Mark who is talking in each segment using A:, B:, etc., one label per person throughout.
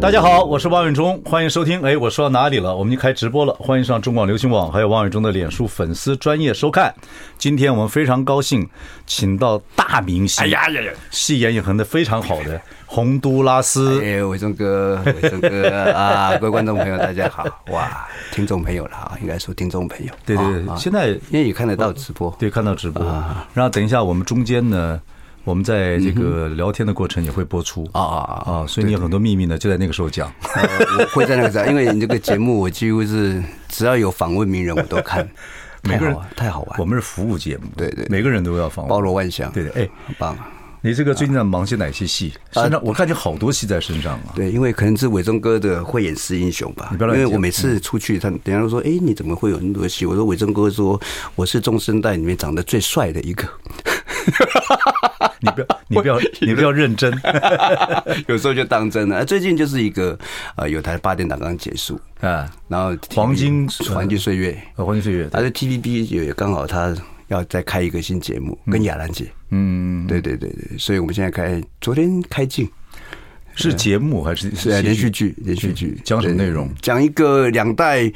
A: 大家好，我是王伟忠，欢迎收听。哎，我说到哪里了？我们已经开直播了，欢迎上中广流行网还有王伟忠的脸书粉丝专业收看。今天我们非常高兴，请到大明星，
B: 哎呀呀呀，
A: 戏演也很的非常好的洪都拉斯。
B: 哎，伟忠哥，伟忠哥 啊，各位观众朋友，大家好！哇，听众朋友了啊，应该说听众朋友。
A: 对对对
B: 啊啊
A: 现在
B: 因为也看得到直播，
A: 对，看到直播。
B: 啊
A: 然后等一下，我们中间呢，我们在这个聊天的过程也会播出
B: 啊啊嗯啊
A: 啊，所以你有很多秘密呢，就在那个时候讲。
B: 呃我会在那个时候，因为你这个节目，我几乎是只要有访问名人，我都看，
A: 每
B: 太
A: 个
B: 好
A: 人
B: 玩，太好玩
A: 我，们是服务节目，
B: 对对
A: 每个人都要访问
B: 包罗万象，
A: 对对，哎，
B: 很棒啊。
A: 你这个最近在忙些哪些戏？身上我看你好多戏在身上 啊。
B: 对，因为可能是伟忠哥的慧眼识英雄吧。
A: 你不要
B: 因
A: 乱
B: 为我
A: 讲
B: 每次出去，他等一下都说：“哎，你怎么会有那么多戏？”我说：“伟忠哥说我是中生代里面长得最帅的一个。
A: 你不要，你不要，你不要认 真。
B: 有时候就当真了。啊最近就是一个呃，有台八点档刚结束，
A: 啊，
B: 然后 TV,
A: 黄金
B: 黄金岁月，啊
A: 呃黄金岁月，
B: 他是 TVB 也刚好他要再开一个新节目，跟雅兰姐，
A: 嗯，
B: 对对对对，所以我们现在开，昨天开镜。
A: 是节目还是
B: 是啊
A: 戏
B: 连续剧，连续剧
A: 讲什么
B: 对
A: 内容
B: 讲一个两代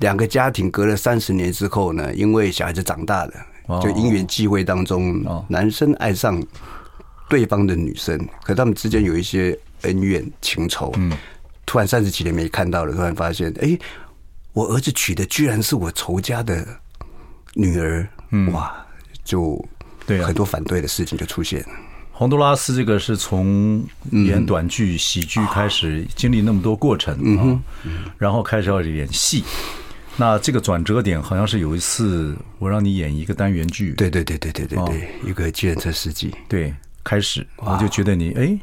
B: 两个家庭隔了三十年之后呢，因为小孩子长大了，
A: 哦
B: 就因缘际会当中
A: 哦，
B: 男生爱上对方的女生，可他们之间有一些呃恩怨情仇。嗯，突然三十几年没看到了，突然发现，哎，我儿子娶的居然是我仇家的女儿，哇，就
A: 对啊
B: 很多反嗯对的事情就出现了。
A: 洪都拉斯这个是从演短剧、喜剧开始，经历那么多过程啊，然后开始要演戏。那这个转折点好像是有一次我让你演一个单元剧，
B: 对对对对对对
A: 哦
B: 对，一个计程车司机。
A: 对，开始我就觉得你哎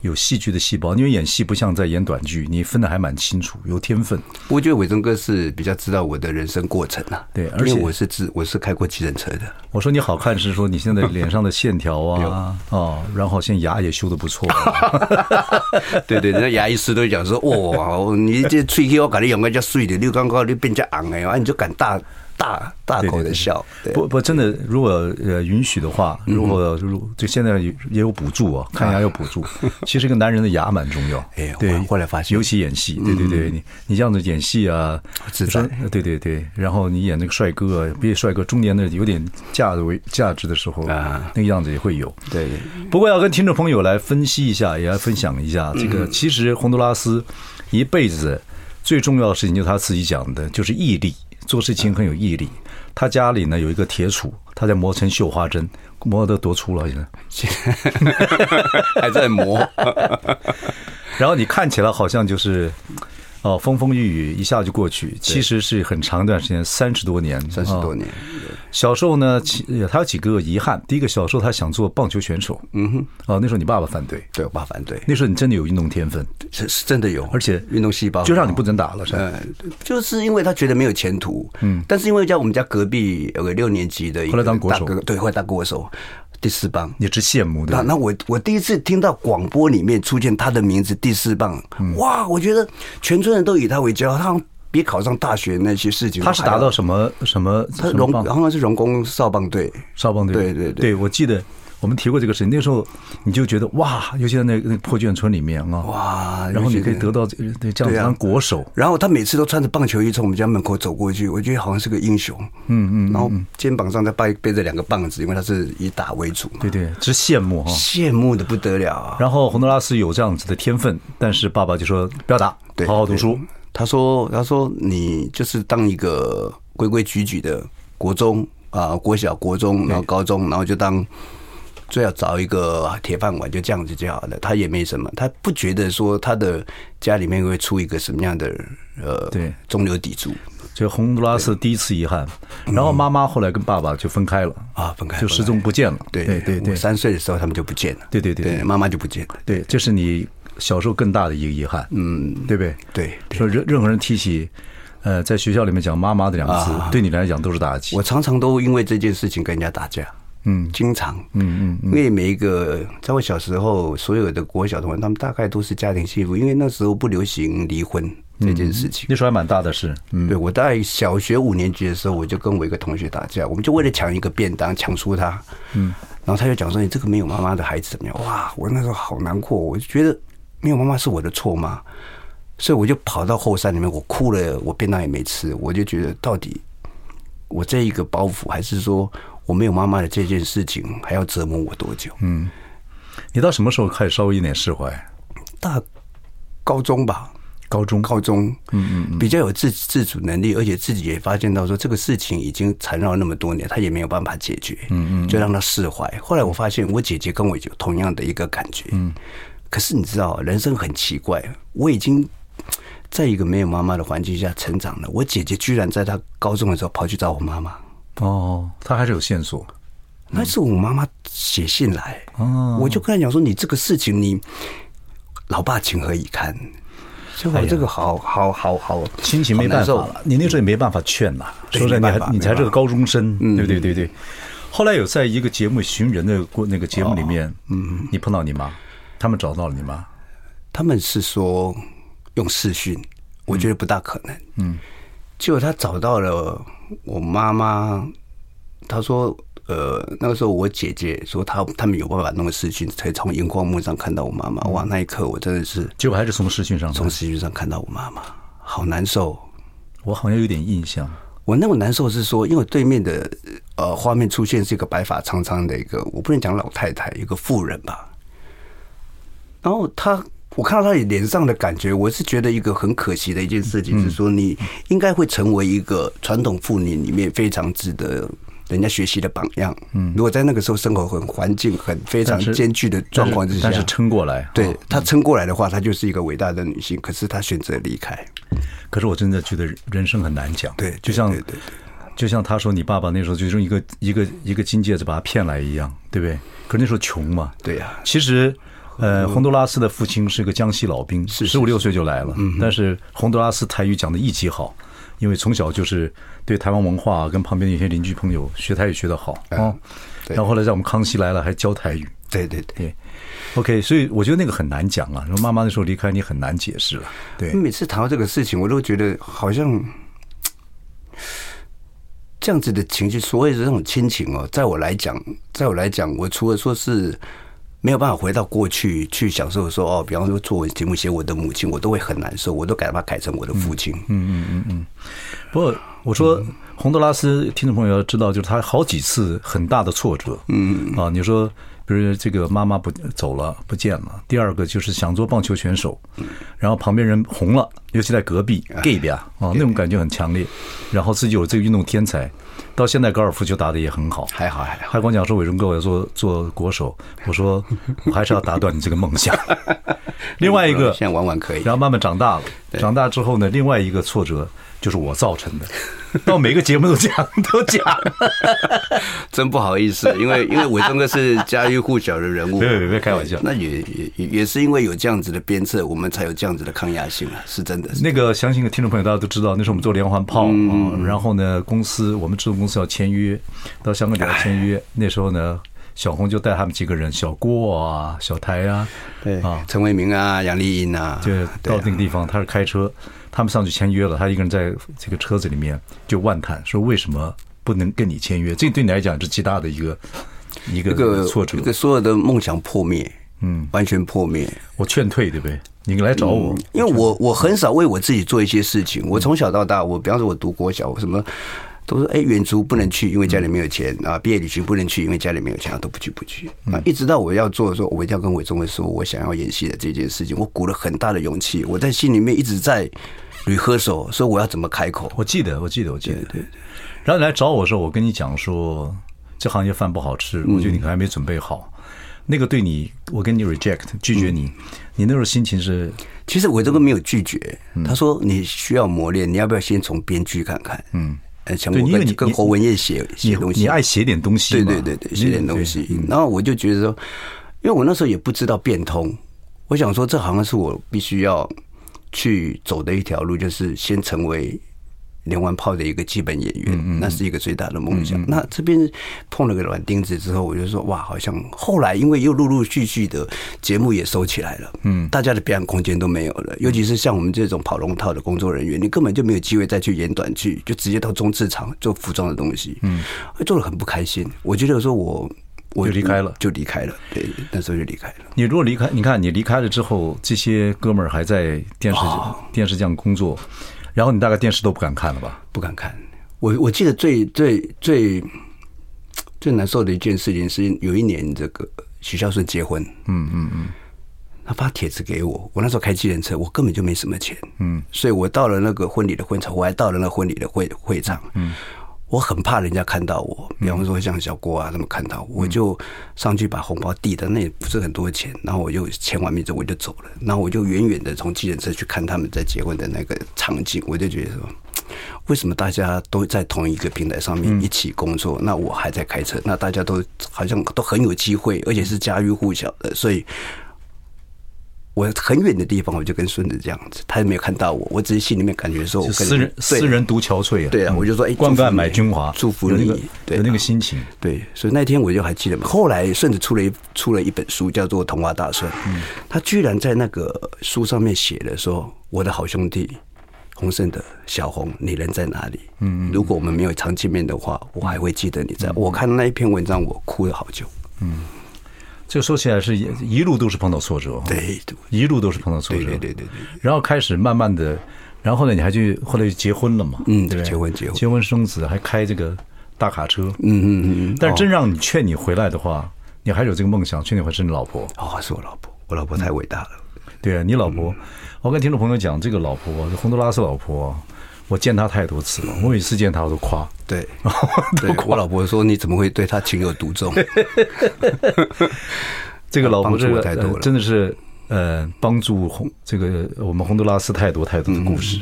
A: 有戏剧的细胞，因为演戏不像在演短剧，你分的还蛮清楚，有天分。
B: 我觉得伟忠哥是比较知道我的人生过程啊，
A: 对而且
B: 因为我是自我是开过计程车的，
A: 我说你好看是说你现在脸上的线条啊哦，然后现在牙也修的不错啊，
B: 对对，人家牙医师都讲说，哇，你这喙齿我感觉用个叫碎的，你刚刚你变成昂哎，啊你就敢大大大口的笑，对
A: 不不，真的，如果呃允许的话，如果如就现在也也有补助啊，看牙有补助。其实一个男人的牙蛮重要，
B: 哎
A: 对
B: 我，后来发现嗯
A: 尤其演戏，对对对，你你这样子演戏啊，
B: 自
A: 说
B: 在
A: 对对对，然后你演那个帅哥，啊，比帅哥中年的有点价为价值的时候，
B: 啊
A: 那个样子也会有。
B: 对，
A: 不过要跟听众朋友来分析一下，也来分享一下这个。
B: 嗯
A: 其实洪都拉斯一辈子最重要的事情，就是他自己讲的，就是毅力，做事情很有毅力。他家里呢有一个铁杵，他在磨成绣花针，磨得多粗了现在。
B: 还 在磨，
A: 哦然后你看起来好像就是。哦，风风雨雨一下就过去，其实是很长一段时间，三十多年，
B: 三十
A: 啊
B: 多年，
A: 小时候呢，其呃他有几个遗憾。第一个，小时候他想做棒球选手，嗯哼，哦，那时候你爸爸反对，
B: 对我爸反对，
A: 那时候你真的有运动天分，
B: 是是真的有，
A: 而且
B: 运动细胞
A: 就让你不准打了，是吧？
B: 哦呃，就是因为他觉得没有前途，嗯，但是因为在我们家隔壁有个六年级的一个
A: 后来当国
B: 大
A: 手
B: 哥哥，对，后来当国手，第四棒，
A: 你只羡慕对
B: 那
A: 吧？
B: 那我我第一次听到广播里面出现他的名字第四棒，
A: 嗯
B: 哇！我觉得全村人都以他为骄傲，他好像比考上大学那些事情
A: 他是
B: 还要
A: 达到什么什么
B: 他
A: 什么
B: 荣
A: 棒
B: 好像是荣工少棒队，
A: 少棒队？
B: 对对对
A: 我记得我们提过这个事情，那时候你就觉得哇，尤其在那个那个破眷村里面啊，
B: 哦哇！
A: 然后你可以
B: 就觉得。
A: 得到这这这样子
B: 对啊
A: 当国手，
B: 然后他每次都穿着棒球衣从我们家门口走过去，我觉得好像是个英雄。嗯嗯。然后肩膀上再背背着两个棒子，因为他是以打为主嘛，
A: 对对，只羡慕哈。
B: 羡慕的不得了啊！
A: 然后洪都拉斯有这样子的天分，但是爸爸就说不要打，
B: 对
A: 好好读书。
B: 他说：“他说你就是当一个规规矩矩的国中啊、国小、国中，然后高中，然后就当最好找一个铁饭碗，就这样子就好了。他也没什么，他不觉得说他的家里面会出一个什么样的呃
A: 对
B: 中流砥柱
A: 这个洪都拉斯第一次遗憾，然后妈妈后来跟爸爸就分开了，
B: 啊，分开
A: 就失踪。不见了。
B: 分开
A: 对
B: 对
A: 对
B: 我
A: 对
B: 三岁的时候他们就不见了，
A: 对对对
B: 对，妈妈就不见了。
A: 对，这是你小时候更大的一个遗憾，嗯，对不对？
B: 对对
A: 说任任何人提起，呃，在学校里面讲“妈妈”的两个字，对你来讲都是打击
B: 我。常常都因为这件事情跟人家打架，嗯，经常，嗯嗯，因为每一个在我小时候，所有的国小同学，他们大概都是家庭幸福，因为那时候不流行离婚这件事情。
A: 那时候还蛮大的事，嗯，
B: 对我在小学五年级的时候，我就跟我一个同学打架，我们就为了抢一个便当，抢输他，嗯，然后他就讲说你这个没有妈妈的孩子怎么样？哇，我那时候好难过，我就觉得没有妈妈是我的错吗？所以我就跑到后山里面，我哭了，我便当也没吃，我就觉得到底我这一个包袱，还是说我没有妈妈的这件事情，还要折磨我多久？嗯，
A: 你到什么时候开始稍微有点释怀？
B: 大高中吧，
A: 高中
B: 高中，嗯嗯，比较有自自主能力，而且自己也发现到说这个事情已经缠绕那么多年，他也没有办法解决，嗯嗯，就让他释怀。后来我发现我姐姐跟我有同样的一个感觉，嗯，可是你知道，人生很奇怪，我已经在一个没有妈妈的环境下成长了，我姐姐居然在她高中的时候跑去找我妈妈，
A: 哦，他还是有线索，
B: 那是我妈妈写信来，哦，我就跟她讲说，你这个事情你老爸情何以堪？所以我这个好好好好，
A: 哎亲情没
B: 好
A: 办
B: 难
A: 法
B: 受
A: 了，你那时候也没办法劝呐。
B: 对
A: 说实在，你
B: 没办
A: 还
B: 法
A: 你才
B: 没办法
A: 是
B: 嗯
A: 个高中生，对不对？对对。后来有在一个节目寻人的过那个节目里
B: 哦
A: 面，嗯，你碰到你妈，他们找到了你妈，
B: 他们是说用视讯，
A: 嗯
B: 我觉得不大可能。嗯，结果他找到了我妈妈，他说，呃，那个时候我姐姐说她他们有办法弄个视讯，才从荧光幕上看到我妈妈。哇，那一刻我真的是
A: 结果还是从视讯上的
B: 从。视讯上看到我妈妈，好难受。
A: 我好像有点印象，
B: 我那种难受是说，因为对面的呃画面出现是一个白发苍苍的一个，我不能讲老太太，一个妇人吧。然后她，我看到她脸上的感觉，我是觉得一个很可惜的一件事
A: 嗯
B: 情是说，你应该会成为一个传统妇女里面非常值得人家学习的榜样。嗯，如果在那个时候生活很环境很非常
A: 但是
B: 艰巨的状况之下，
A: 但是但是撑过来。
B: 对
A: 哦
B: 她撑过来的话，她就是一个伟大的女性。可是她选择离开，
A: 可是我真的觉得人生很难讲。
B: 对对
A: 就像
B: 对对对
A: 就像他说你爸爸那时候就用一个一个一个金戒指把他骗来一样，对不对？可是那时候穷嘛。
B: 对啊呀
A: 其实。呃，洪都拉斯的父亲是嗯个江西老兵，十五六岁就来了。但是洪都拉斯台语讲的一级好，因为从小就是对台湾文化、啊跟旁边的一些邻居朋友学台语学得好啊。
B: 对
A: 然后后来在我们康熙来了还教台语，
B: 对对对。
A: 对，OK，所以我觉得那个很难讲啊。然后妈妈那时候离开，你很难解释了。对，
B: 每次谈到这个事情，我都觉得好像这样子的情绪，所谓的这种亲情哦，在我来讲，在我来讲，我除了说是没有办法回到过去去享受说哦，比方说做节目写我的母亲，我都会很难受，我都改把它改成我的父亲。嗯，
A: 不过我说洪都拉斯听众朋友要知道，就是他好几次很大的挫折。嗯啊，你说，比如这个妈妈不走了，不见了；第二个就是想做棒球选手，然后旁边人红了，尤其在隔壁 gay 边啊，那种感觉很强烈。然后自己有这个运动天才，到现在高尔夫球打得也很好。
B: 还好还好，
A: 还跟我讲说伟忠哥我要做做国手，我说我还是要打断你这个梦 想。另外一个，
B: 现在玩玩可以
A: 然。后慢慢长大了，长大之后呢，另外一个挫折就是我造成的，到每个节目都讲都讲，
B: 真不好意思，因为因为伟忠哥是家喻户晓的人 物，
A: 别别别别开玩笑
B: 那也也也也是因为有这样子的鞭策，我们才有这样子的抗压性啊，是真的。
A: 那个相信的听众朋友大家都知道，那时候我们做连环炮啊、
B: 嗯
A: 然后呢，公司我们制作公司要签约，到香港岛签
B: 哎
A: 约，那时候呢，小红就带他们几个人，小郭啊、小台啊，
B: 对
A: 啊，
B: 陈伟明啊，杨丽英啊，
A: 就
B: 对
A: 到
B: 啊
A: 那个地方，他是开车，他们上去签约了，他一个人在这个车子里面就万叹说为什么不能跟你签约？这对你来讲是极大的一个一
B: 一个
A: 个挫折
B: 一，个所有的梦想破灭，嗯，完全破灭。嗯
A: 我劝退，对不对？你来找我，嗯
B: 因为我我很少为我自己做一些事情，我从小到大，我比方说我读国小，我什么。都说哎，远足不能去，因为家里没有钱
A: 嗯
B: 啊；毕业旅行不能去，因为家里没有钱，啊、都不去不去啊。一直到我要做的时候，我一定要跟韦忠伟说，我想要演戏的这件事情，我鼓了很大的勇气，我在心里面一直在捋合手，说我要怎么开口。
A: 我记得，我记得，我记得。对对。然后你来找我的时候，我跟你讲说，这行业饭不好吃，
B: 嗯
A: 我觉得你可能还没准备好。那个对你，我跟你 reject 拒绝
B: 嗯
A: 你，你那时候心情是
B: 其实我这个没有拒绝，
A: 嗯
B: 他说你需要磨练，你要不要先从编剧看看？嗯，像
A: 对
B: 我
A: 因为
B: 跟
A: 你
B: 跟
A: 你
B: 侯文燕写写
A: 你
B: 东西，
A: 你爱写点东西
B: 对
A: 嘛，
B: 对对对，
A: 你
B: 写点东。西。然后我就觉得说，因为我那时候也不知道变通，我想说，这好像是我必须要去走的一条路，就是先成为连环炮的一个基本演
A: 嗯
B: 员，那是一个最大的梦想。那这边碰了个软钉子之后，我就说哇，好像后来因为又陆陆续续的节目也收起来了，嗯，大家的表演空间都没有了，尤其是像我们这种跑龙套的工作人员，你根本就没有机会再去演短剧，就直接到中市场做服装的东西，嗯，做的很不开心。我觉得说我。我
A: 就离开了
B: 就离开了。对，那时候就离开了。
A: 你如果离开，你看你离开了之后，这些哥们儿还在电视、
B: 哦
A: 电视这样工作，然后你大概电视都不敢看了吧？
B: 不敢看。我我记得最最最最难受的一件事情是，有一年这个许孝顺结婚，嗯嗯嗯，他发帖子给我，我那时候开计程车，我根本就没什么钱，嗯，所以我到了那个婚礼的会场，我还到了那个婚礼的会会场，嗯。我很怕人家看到我，比方说像小郭啊他们看到我，我就上去把红包递的，那也不是很多钱，然后我就签完名之后我就走了，然后我就远远的从计程车去看他们在结婚的那个场景，我就觉得说，为什么大家都在同一个平台上面一起工作？那我还在开车，那大家都好像都很有机会，而且是家喻户晓的，所以我很远的地方我就跟孙子这样子，他也没有看到我，我只是心里面感觉说我
A: 就
B: 跟
A: 私人
B: 对
A: 私人独憔悴啊！
B: 对啊
A: 嗯
B: 我就说哎
A: 灌
B: 祝福
A: 溉
B: 你
A: 买军华，
B: 祝福
A: 有那个
B: 你对
A: 有那个
B: 啊
A: 心情。
B: 对，所以那天我就还记得嘛。后来顺子出了一出了一本书，叫做《童话大顺》，
A: 嗯
B: 他居然在那个书上面写了说：“我的好兄弟洪胜德，小洪，你人在哪里？嗯，如果我们没有常见面的话，我还会记得你
A: 嗯
B: 在。我看那一篇文章，我哭了好久。
A: 这说起来是一一路都是碰到挫折，
B: 对，
A: 一路都是碰到挫
B: 对，
A: 折，
B: 对，对，对，对。
A: 然后开始慢慢的，然后呢，你还去后来就结婚了嘛？
B: 嗯
A: 对不对
B: 结婚结婚
A: 结婚生子，还开这个大卡车。嗯嗯嗯。
B: 哦
A: 但是真让你劝你回来的话，你还是有这个梦想，劝你回来是你老婆。
B: 哦，是我老婆，我老婆太伟大了。
A: 对啊，你老
B: 嗯
A: 婆，我跟听众朋友讲，这个老婆，这洪都拉斯老婆，我见她太多次了，我每次见她我都夸。
B: 对， 对我老婆说：“你怎么会对她情有 独钟？”
A: 这个老婆这
B: 帮助
A: 个
B: 我太多了
A: 呃真的是呃帮助洪这个我们洪都拉斯太多太多的故
B: 嗯
A: 事。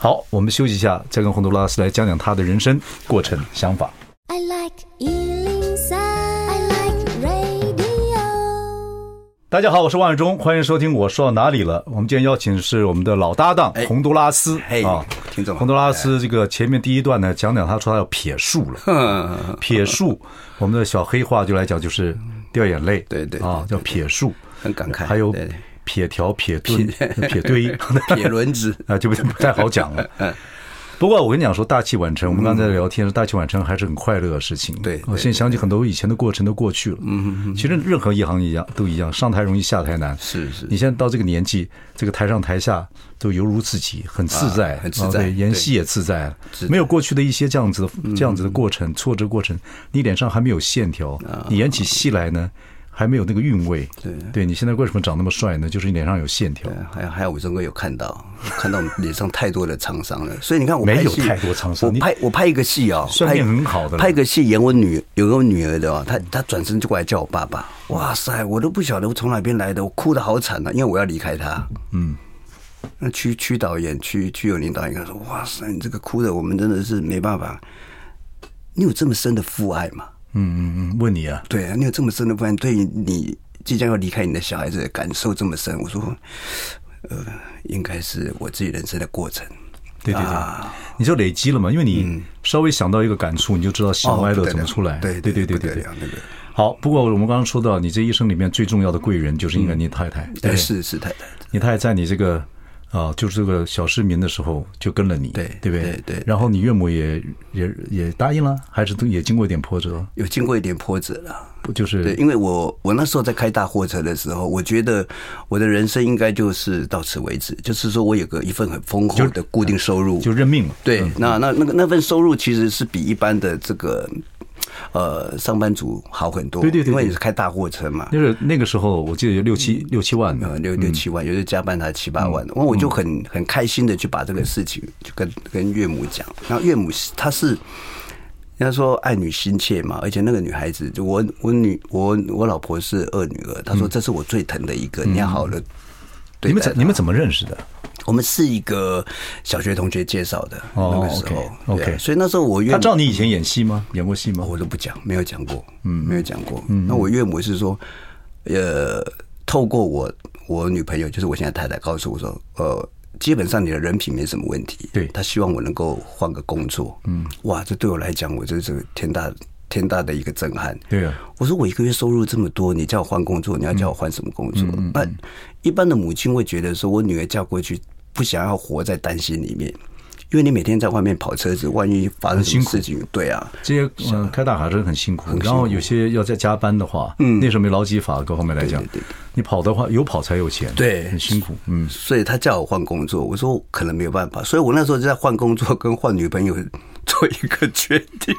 A: 好，我们休息一下，再跟洪都拉斯来讲讲他的人生过程、想法。
C: I like Ealing Sound. I like radio.
A: 大家好，我是万永忠，欢迎收听《我说到哪里了》。我们今天邀请的是我们的老搭档
B: 哎
A: 洪都拉斯
B: 嘿
A: 啊，
B: 听众好
A: 洪都拉斯这个前面第一段呢，讲讲他说他要撇树 了，
B: 嗯，
A: 撇树，我们的小黑话就来讲就是掉眼泪，
B: 对对
A: 啊，叫撇树，
B: 很感慨
A: 还有
B: 对对
A: 撇条、撇墩、 撇堆，
B: 铁轮子。 嗯
A: 啊，就不不太好讲 了。不过我跟你讲说，大器晚成，我们刚才聊天说大器晚成还是很快乐的事情。
B: 对对
A: 我现在想起很多以前的过程都过去了。嗯嗯其实任何一行一样都一样，上台容易下台难。
B: 是是
A: 你现在到这个年纪，这个台上台下都犹如自己，很自在，
B: 啊
A: 啊
B: 很自在
A: 对，演
B: 对
A: 戏也自在了
B: 自，在嗯
A: 没有过去的一些这样子的这样子的过程、挫折过程，你脸上还没有线条，你演起戏来呢。还没有那个韵味，
B: 啊对
A: 对你现在为什么长那么帅呢？就是你脸上有线条，
B: 对，还有还有，我真哥有看到， 看到我们脸上太多的沧桑了。所以你看我
A: 没
B: 拍
A: 有
B: 戏
A: 太多沧桑
B: 我
A: 你
B: 拍我拍一个戏哦，
A: 算
B: 拍
A: 命很好的了
B: 拍一个戏演我女有个女儿的哦，她她转身就过来叫我爸爸，哇塞，我都不晓得我从哪边来的，我哭的好惨啊，因为我要离开她。嗯。那区区导演、区区有林导演跟他说：“哇塞，你这个哭的，我们真的是没办法。你有这么深的父爱吗？
A: 嗯嗯嗯，问你啊，
B: 对啊，你有这么深的不安，对于你即将要离开你的小孩子的感受这么深，我说，呃，应该是我自己人生的过程。
A: 对对对，
B: 啊嗯
A: 你就累积了嘛，因为你稍微想到一个感触，你就知道喜怒哀乐怎么出来。
B: 哦不得了
A: 对
B: 对
A: 对对
B: 不得
A: 对对
B: 了那个。
A: 好，不过我们刚刚说到，你这一生里面最重要的贵人就是应该你太太，对
B: 对，
A: 不对，
B: 嗯是是太太，
A: 你太太在你这个啊，就是这个小市民的时候就跟了你，
B: 对
A: 对不
B: 对对
A: 然后你岳母也也也答应了，还是都也经过一点波折，
B: 有经过一点波折了。
A: 不就是
B: 对，因为我我那时候在开大货车的时候，我觉得我的人生应该就是到此为止，就是说我有个一份很丰厚的固定收入，
A: 就认命了？
B: 对，那
A: 嗯
B: 那那个那份收入其实是比一般的这个呃上班族好很多，
A: 对对对对
B: 因为你是开大货车嘛，
A: 那个那个时候我记得有六七六七万
B: 呃，六六七万，有时候加班才七八万，
A: 嗯
B: 那、我就很很开心的去把这个事情就跟跟岳母讲，然后岳母是她是。人家说爱女心切嘛，而且那个女孩子，就我我女我我老婆是二女儿，她说这是我最疼的一个，你要好了。
A: 嗯你们怎你们怎么认识的？
B: 我们是一个小学同学介绍的，
A: 哦
B: 那个时候
A: OK，OK
B: 对啊所以那时候我岳
A: 他
B: 母
A: 知道你以前演戏吗？演过戏吗？
B: 我都不讲，没有
A: 嗯
B: 讲过，嗯，没有讲过。那我岳母是说，呃，透过我我女朋友，就是我现在太太，告诉我说，呃，基本上你的人品没什么问题，
A: 对
B: 她希望我能够换个工作，嗯，哇，这对我来讲，我这是天大天大的一个震撼，
A: 对啊，
B: 我说我一个月收入这么多，你叫我换工作，你要叫我换什么工作？
A: 嗯
B: 那、一般的母亲会觉得说，我女儿嫁过去不想要活在担心里面，因为你每天在外面跑车子，万一发生什么事情，对啊，
A: 这些嗯、开大卡车很辛苦，然后有些要在加班的话，
B: 嗯
A: 那时候没劳基法各方面来讲，
B: 对对对
A: 你跑的话有跑才有钱，
B: 对
A: 很辛苦，嗯，
B: 所以她叫我换工作，我说可能没有办法，所以我那时候就在换工作跟换女朋友做一个决定。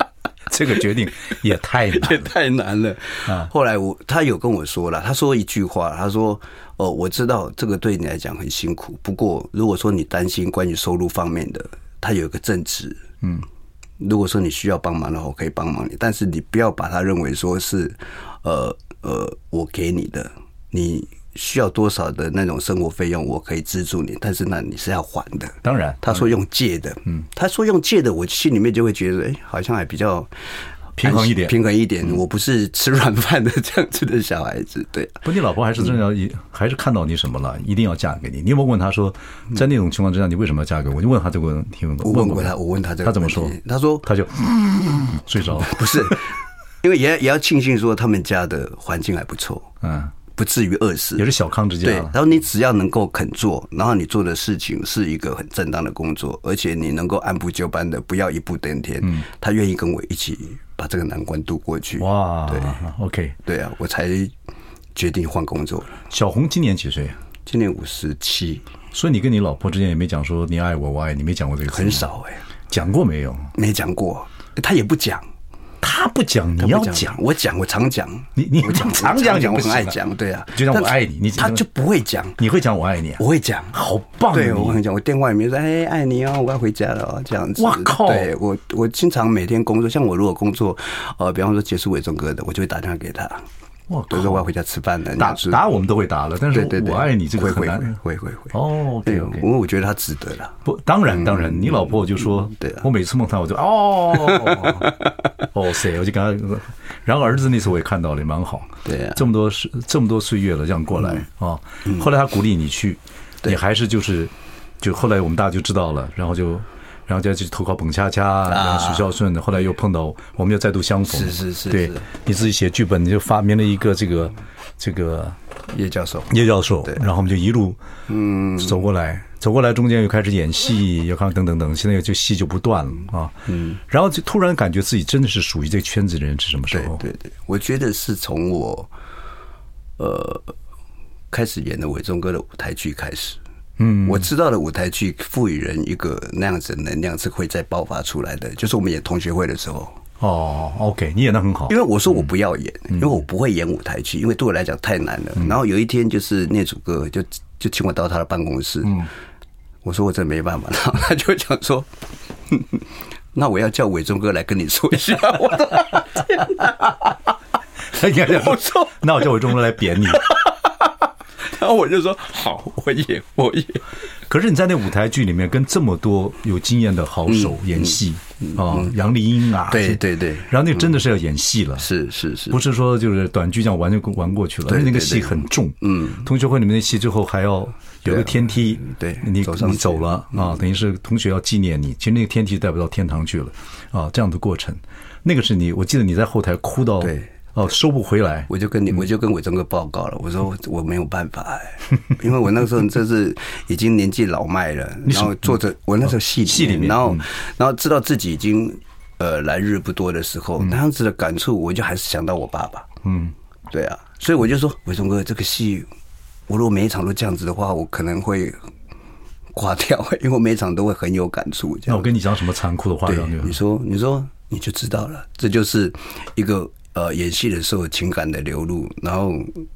A: 这个决定也太难
B: 也
A: 了，
B: 太难了。后来我他有跟我说了，他说一句话，他说：“哦，我知道这个对你来讲很辛苦，不过如果说你担心关于收入方面的，他有一个正职，嗯，如果说你需要帮忙的话，我可以帮忙你，但是你不要把它认为说是，呃呃，我给你的，你需要多少的那种生活费用，我可以资助你，但是那你是要还的。”
A: 当然，
B: 他说用借的，嗯，他说用借的，我心里面就会觉得，哎、好像还比较
A: 平衡一点嗯
B: 平衡一点。我不是吃软饭的这样子的小孩子，对，
A: 不，你老婆还是真的要一，还是看到你什么了，一定要嫁给你。你有没有问她说，在那种情况之下，你为什么要嫁给我？我就问她这个问题，问
B: 嗯我
A: 过
B: 问
A: 过
B: 过他，我问他这个，
A: 她怎么说？
B: 他说
A: 她就嗯睡 着了，
B: 不是，因为也也要庆幸说他们家的环境还不错，
A: 嗯，
B: 不至于饿死，
A: 也是小康之家
B: 对，
A: 了
B: 然。后你只要能够肯做，然后你做的事情是一个很正当的工作，而且你能够按部就班的，不要一步登天。嗯，他愿意跟我一起把这个难关渡过去。
A: 哇
B: 对
A: ，OK，
B: 对啊，我才决定换工作了。
A: 小红今年几岁？
B: 今年五十七，
A: 所以你跟你老婆之间也没讲说你爱我，我爱你，没讲过这个词吗
B: 很少哎、
A: 讲过没有？
B: 没讲过，他也不讲。
A: 她不讲，你
B: 他
A: 要
B: 不
A: 讲，，
B: 我讲，我常讲。
A: 你你
B: 我讲，
A: 常
B: 我
A: 讲就
B: 讲，我
A: 不行
B: 很爱
A: 了
B: 讲，对啊。
A: 就像我
B: 但是
A: 爱你你
B: 他就不会讲，
A: 你会讲我爱你啊？
B: 我会讲。
A: 好棒啊
B: 对，我
A: 你！
B: 很讲，我电话里面说，哎，爱你哦，我要回家了哦，这样子。
A: 哇靠
B: 对我，我经常每天工作，像我如果工作，呃，比方说结束伟忠哥的，我就会打电话给他，
A: 我
B: 我说我要回家吃饭了。你
A: 打
B: 要吃
A: 打我们都会打了，但是
B: 对对对，
A: 我爱你这个
B: 会
A: 很
B: 会
A: 难。
B: 会会会。
A: 哦
B: 对，
A: ，OK，OK
B: 因为我觉得他值得了。
A: 不，当然当然，你老婆就说，
B: 嗯对啊
A: 我每次梦她，我就哦， 哦塞，我就跟她。然后儿子那次我也看到了，也蛮好。
B: 对啊嗯
A: 这么多时这么多岁月了，这样过来啊。后来他鼓励你去，你还是就是，就后来我们大家就知道了，然后就。然后再去投靠彭恰恰，然后许孝顺，后来又碰到，我们又再度相逢。
B: 啊是是是
A: 对
B: 是
A: 你自己写剧本，你就发明了一个这个这个
B: 叶教授，
A: 叶教授，然后我们就一路嗯走过来，走过来中间又开始演
B: 嗯
A: 戏，又看等等等，现在就戏就不断了啊，嗯，然后就突然感觉自己真的是属于这个圈子的人是什么时
B: 对
A: 候？
B: 对对，我觉得是从我呃开始演的伟忠哥的舞台剧开始。嗯，我知道的舞台剧赋予人一个那样子的能量是会再爆发出来的，就是我们演同学会的时候，
A: 哦，OK，你演的很好
B: 因，为我说我不要演，因为我不会演舞台剧，因为对我来讲太难了。然后有一天就是聂主哥就就请我到他的办公室，我说我真没办法，然后他就讲说， 那我要叫伟忠哥来跟你说一下，我说
A: 你看这
B: 我说，
A: 那我叫我中国来 贬你。
B: 然后我就说好，我演我演。
A: 可是你在那舞台剧里面跟这么多有经验的好手
B: 嗯
A: 演戏啊，杨丽英啊，
B: 对
A: 这
B: 对对嗯
A: 然后那真的是要演戏了，
B: 是是是，
A: 不是说就是短剧这样玩就玩过去了，而且那个戏很重。嗯，同学会里面的戏最后还要有个天梯，
B: 对
A: 你
B: 走上
A: 你
B: 去嗯
A: 走了啊，等于是同学要纪念你。其实那个天梯带不到天堂去了啊，这样的过程，那个是你，我记得你在后台哭到
B: 对
A: 哦收不回来，
B: 我就跟你，我就跟伟忠哥报告了，我说我没有办法、哎因为我那个时候真是已经年纪老迈了，然后做着我那时候嗯戏嗯
A: 戏里面
B: 然后然后知道自己已经呃来日不多的时候，那样子的感触，我就还是想到我爸爸，嗯，对啊，所以我就说伟忠哥，这个戏我如果每一场都这样子的话，我可能会垮掉，因为我每一场都会很有感触，这
A: 那
B: 样
A: 我。跟你讲什么残酷的话
B: 对
A: 让你，
B: 你说，你说你就知道了，这就是一个呃演戏的时候情感的流露，然后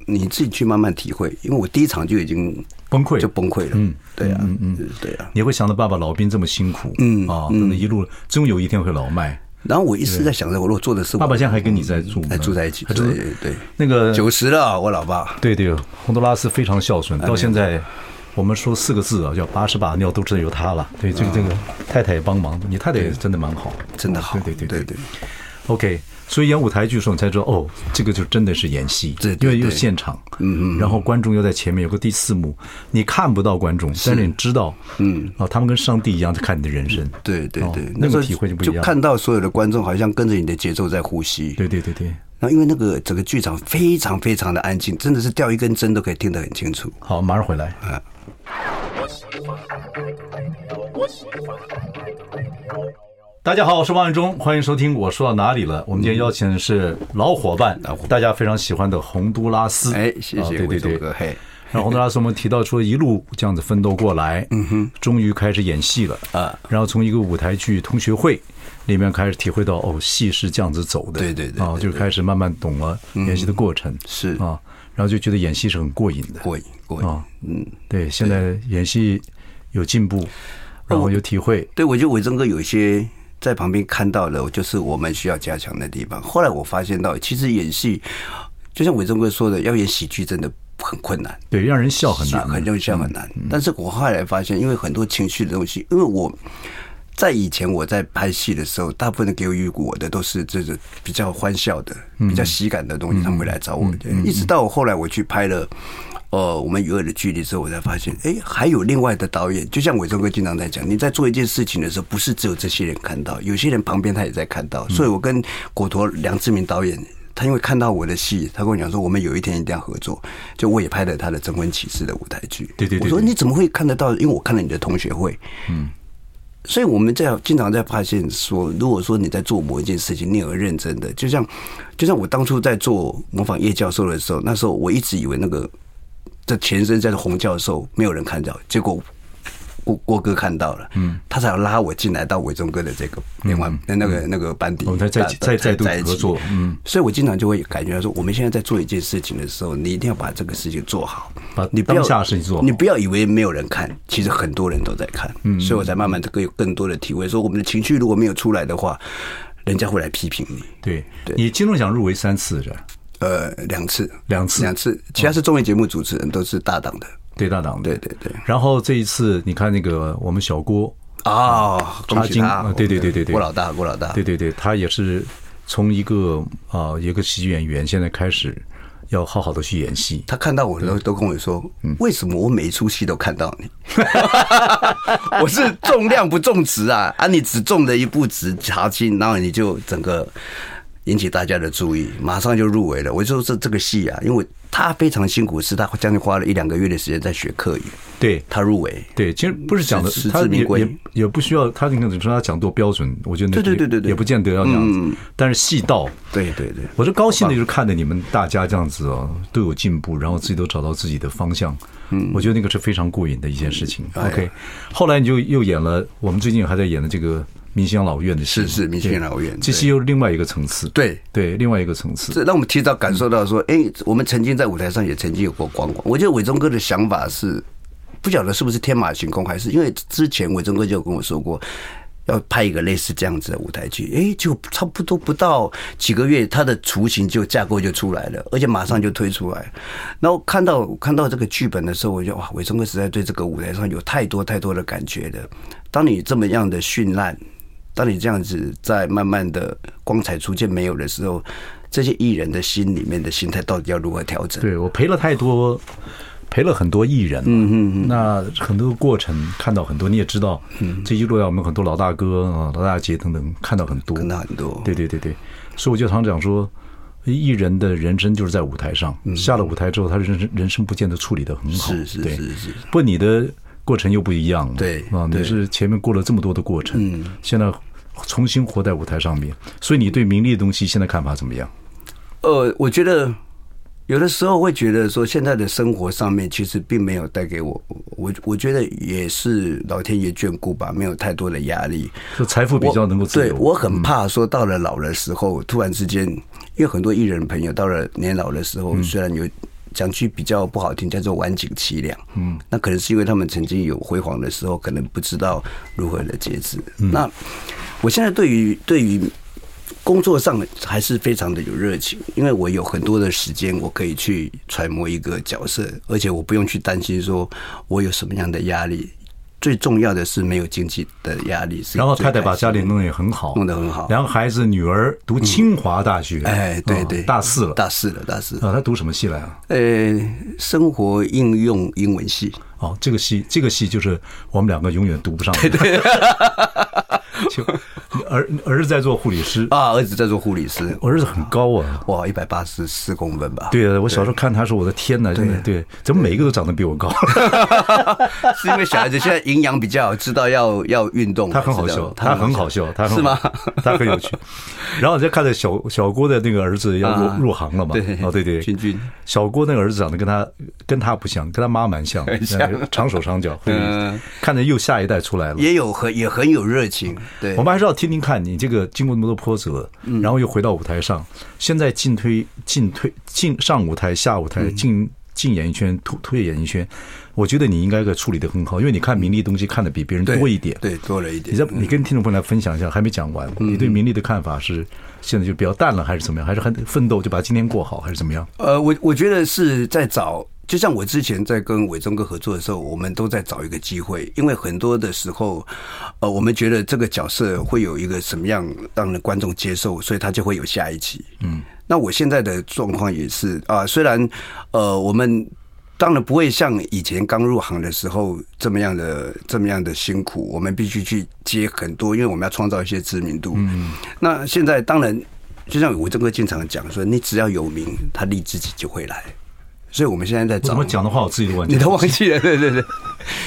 B: 你自己去慢慢体会。因为我第一场就已经
A: 崩溃
B: 就崩溃了，嗯，对啊，嗯嗯，对啊。
A: 你会想到爸爸老兵这么辛苦，嗯啊，等等一路终有一天会老迈。
B: 然后我一直在想着，我如果做的是我
A: 爸爸现在还跟你在住呢，
B: 嗯还住在一起，
A: 还
B: 对
A: 住
B: 对对，
A: 那个
B: 九十了，我老爸，
A: 对对，洪都拉斯非常孝顺，到现在我们说四个字啊，叫把屎把尿都知道由哦他了。对，这个这个太太也帮忙，你太太也真的蛮好，
B: 真的好
A: 对对对
B: 对对。
A: OK，所以演舞台剧的时候，你才知道哦，这个就真的是演戏，
B: 对
A: 因
B: 对
A: 为有
B: 对
A: 现场，嗯嗯，然后观众又在前面有个第四幕，你看不到观众，但是你知道，嗯，啊，他们跟上帝一样在看你的人生，
B: 对对对，
A: 哦那
B: 那时
A: 个
B: 候
A: 体会就不一样。
B: 看到所有的观众好像跟着你的节奏在呼吸。
A: 对对对对，
B: 那因为那个整个剧场非常非常的安静，真的是掉一根针都可以听得很清楚。
A: 好，马上回来。
B: 嗯
A: 大家好，我是王永忠，欢迎收听。我说到哪里了？我们今天邀请的是老伙伴，大家非常喜欢的洪都拉斯。
B: 哎，谢
A: 啊
B: 谢
A: 对对
B: 魏忠
A: 对，
B: 哥，嘿，
A: 然后洪都拉斯，我们提到说一路这样子奋斗过来，嗯哼，终于开始演戏了
B: 啊。
A: 然后从一个舞台剧同学会里面开始体会到，哦，戏是这样子走的，
B: 对对对
A: 啊，
B: 对嗯
A: 就开始慢慢懂了演戏的过程，
B: 是
A: 啊，然后就觉得演戏是很过瘾的，
B: 过瘾过
A: 啊
B: 瘾。，嗯，
A: 对，现在演戏有进步，然后有体会，
B: 对，我觉得伟忠哥有一些在旁边看到了，就是我们需要加强的地方。后来我发现到，其实演戏就像伟忠哥说的，要演喜剧真的很困难。
A: 对，让人笑很难，嗯
B: 很容易笑很难。但是我后来发现，因为很多情绪的东西，因为我在以前我在拍戏的时候，大部分的给予我的都是这种比较欢笑的、
A: 嗯
B: 比较喜感的东西，他们会来找我。一直到我后来我去拍了。呃，我们与恶的距离之后，我才发现，哎，还有另外的导演，就像伟忠哥经常在讲，你在做一件事情的时候，不是只有这些人看到，有些人旁边他也在看到。所以我跟果陀梁志明导演他因为看到我的戏，他跟我讲说，我们有一天一定要合作。就我也拍了他的《征婚启事》的舞台剧。
A: 对对对对
B: 我说你怎么会看得到？因为我看了你的同学会。嗯。所以我们在经常在发现说，如果说你在做某一件事情，你有认真的，就像就像我当初在做模仿叶教授的时候，那时候我一直以为那个这前身在洪教授没有人看到，结果郭郭哥看到了，嗯，他才要拉我进来到伟忠哥的这个另外那个那个班底，
A: 嗯我们才再
B: 大
A: 再再度
B: 在一起
A: 合作嗯，
B: 所以我经常就会感觉到说，我们现在在做一件事情的时候，你一定要把这个事情做好，
A: 把
B: 你不要
A: 当下的事情做好
B: 你不要以为没有人看，其实很多人都在看，嗯，所以我才慢慢的更有更多的体会，说我们的情绪如果没有出来的话，人家会来批评你，
A: 对
B: 对
A: 你金钟奖入围三次是吧？
B: 呃，两次，
A: 两次
B: 两次，其他是综艺节目主持人都是大档的，
A: 对大档的，
B: 对对对。
A: 然后这一次你看那个我们小郭，
B: 啊，
A: 嗯
B: 恭喜
A: 插金
B: 他！
A: 啊对对对对对
B: 郭老大，郭老大，
A: 对对对，他也是从一个啊一个喜剧演员，现在开始要好好的去演戏。
B: 他看到我都都跟我说，为什么我每一出戏都看到你？ 我是重量不重质啊，啊，你只中了一步值查金，然后你就整个引起大家的注意，马上就入围了。我就说这这个戏啊，因为他非常辛苦，是他将近花了一两个月的时间在学课语，
A: 对
B: 他入围。
A: 对，其实不是讲的
B: 实，
A: 他
B: 实至
A: 也
B: 名归
A: 也也不需要他你看你说他讲多标准，我觉得那
B: 对对对对对嗯
A: 也不见得要那样子，但是戏到。
B: 对对对，
A: 我是高兴的，就是看着你们大家这样子哦，都有进步，然后自己都找到自己的方向。嗯，我觉得那个是非常过瘾的一件事情。
B: 哎呀
A: OK，后来你就又演了，我们最近还在演的这个《明星养老院》的戏，
B: 是是明星养老院
A: 对
B: 对
A: 这是又另外一个层次。
B: 对
A: 对，另外一个层次。
B: 这让我们提早感受到说，哎、我们曾经在舞台上也曾经有过光光。我觉得伟忠哥的想法是，不晓得是不是天马行空，还是因为之前伟忠哥就有跟我说过。要拍一个类似这样子的舞台剧，哎、就差不多不到几个月，它的雏形就架构就出来了，而且马上就推出来。然后看到看到这个剧本的时候，我就哇，伟忠哥实在对这个舞台上有太多太多的感觉了。当你这么样的绚烂，当你这样子在慢慢的光彩逐渐没有的时候，这些艺人的心里面的心态到底要如何调整？
A: 对我陪了太多，陪了很多艺人。嗯嗯嗯。那很多过程看到很多，你也知道，
B: 嗯
A: 这一路要我们很多老大哥啊、老大姐等等看到很多，
B: 看到很多
A: 对对对对，所以我就常讲说。艺人的人生就是在舞台上，下了舞台之后，他人生人生不见得处理的很好，
B: 嗯是是
A: 对
B: 是是。
A: 不，你的过程又不一样了，
B: 对
A: 啊，你
B: 对嗯
A: 是前面过了这么多的过程，现在重新活在舞台上面，所以你对名利的东西现在看法怎么样？
B: 呃，我觉得有的时候会觉得说，现在的生活上面其实并没有带给我，我我觉得也是老天爷眷顾吧，没有太多的压力。
A: 就财富比较能够自
B: 对
A: 由，嗯
B: 我很怕说到了老的时候，突然之间，因为很多艺人朋友到了年老的时候，
A: 嗯
B: 虽然有讲句比较不好听，叫做晚景凄凉，嗯，那可能是因为他们曾经有辉煌的时候，可能不知道如何的节制。
A: 嗯
B: 那我现在对于对于工作上还是非常的有热情，因为我有很多的时间，我可以去揣摩一个角色，而且我不用去担心说我有什么样的压力。最重要的是没有经济的压力，是
A: 然后太
B: 最
A: 太把
B: 开心
A: 家里弄得也很好，
B: 弄得很好
A: 然后孩子女儿读清华大学，
B: 哎，对
A: 啊
B: 对，
A: 大四了，
B: 大四了，大四。
A: 啊，他读什么系来啊？
B: 呃，生活应用英文系，
A: 哦，这个系，这个系就是我们两个永远读不上的。对 就儿儿子在做护理师，
B: 啊，儿子在做护理师，
A: 我儿子很高啊。
B: 哇，一百八十四公分吧？，
A: 对啊，我小时候看他说，我的天哪，真的对，怎么每一个都长得比我高？
B: 是因为小孩子现在营养比较好，知道要要运动。
A: 他很好
B: 知道
A: 笑，他很好笑，他很好
B: 是吗？
A: 他很有趣。然后你再看着小小郭的那个儿子要
B: 啊
A: 入入行了嘛？
B: 对
A: 哦对对，
B: 君君
A: 小郭那个儿子长得跟他跟他不像，跟他妈蛮像，呃
B: 很像
A: 长手长脚，会
B: 嗯
A: 看着又下一代出来了。
B: 也有很也很有热情，对，嗯
A: 我们还是要听听看你这个经过那么多波折，然后又回到舞台上，现在进推进推进上舞台下舞台
B: 嗯
A: 进进演艺圈突突演艺圈，我觉得你应该给处理的很好，因为你看名利东西看的比别人
B: 对
A: 多一点。
B: 嗯对，多了一点。嗯
A: 你在你跟听众朋友来分享一下，还没讲完，你对名利的看法是现在就比较淡了，还是怎么样？还是很奋斗就把今天过好，还是怎么样？
B: 呃，我我觉得是在找，就像我之前在跟伟忠哥合作的时候，我们都在找一个机会，因为很多的时候，呃，我们觉得这个角色会有一个什么样让人观众接受，所以他就会有下一期。嗯，那我现在的状况也是啊、虽然呃，我们。当然不会像以前刚入行的时候这么样的这么样的辛苦，我们必须去接很多，因为我们要创造一些知名度。嗯，那现在当然，就像我这个经常讲说，你只要有名，他利自己就会来。所以我们现在在
A: 我怎
B: 找
A: 么，讲的话，我自己都忘记
B: 你
A: 了。
B: 都忘记了， 对对对，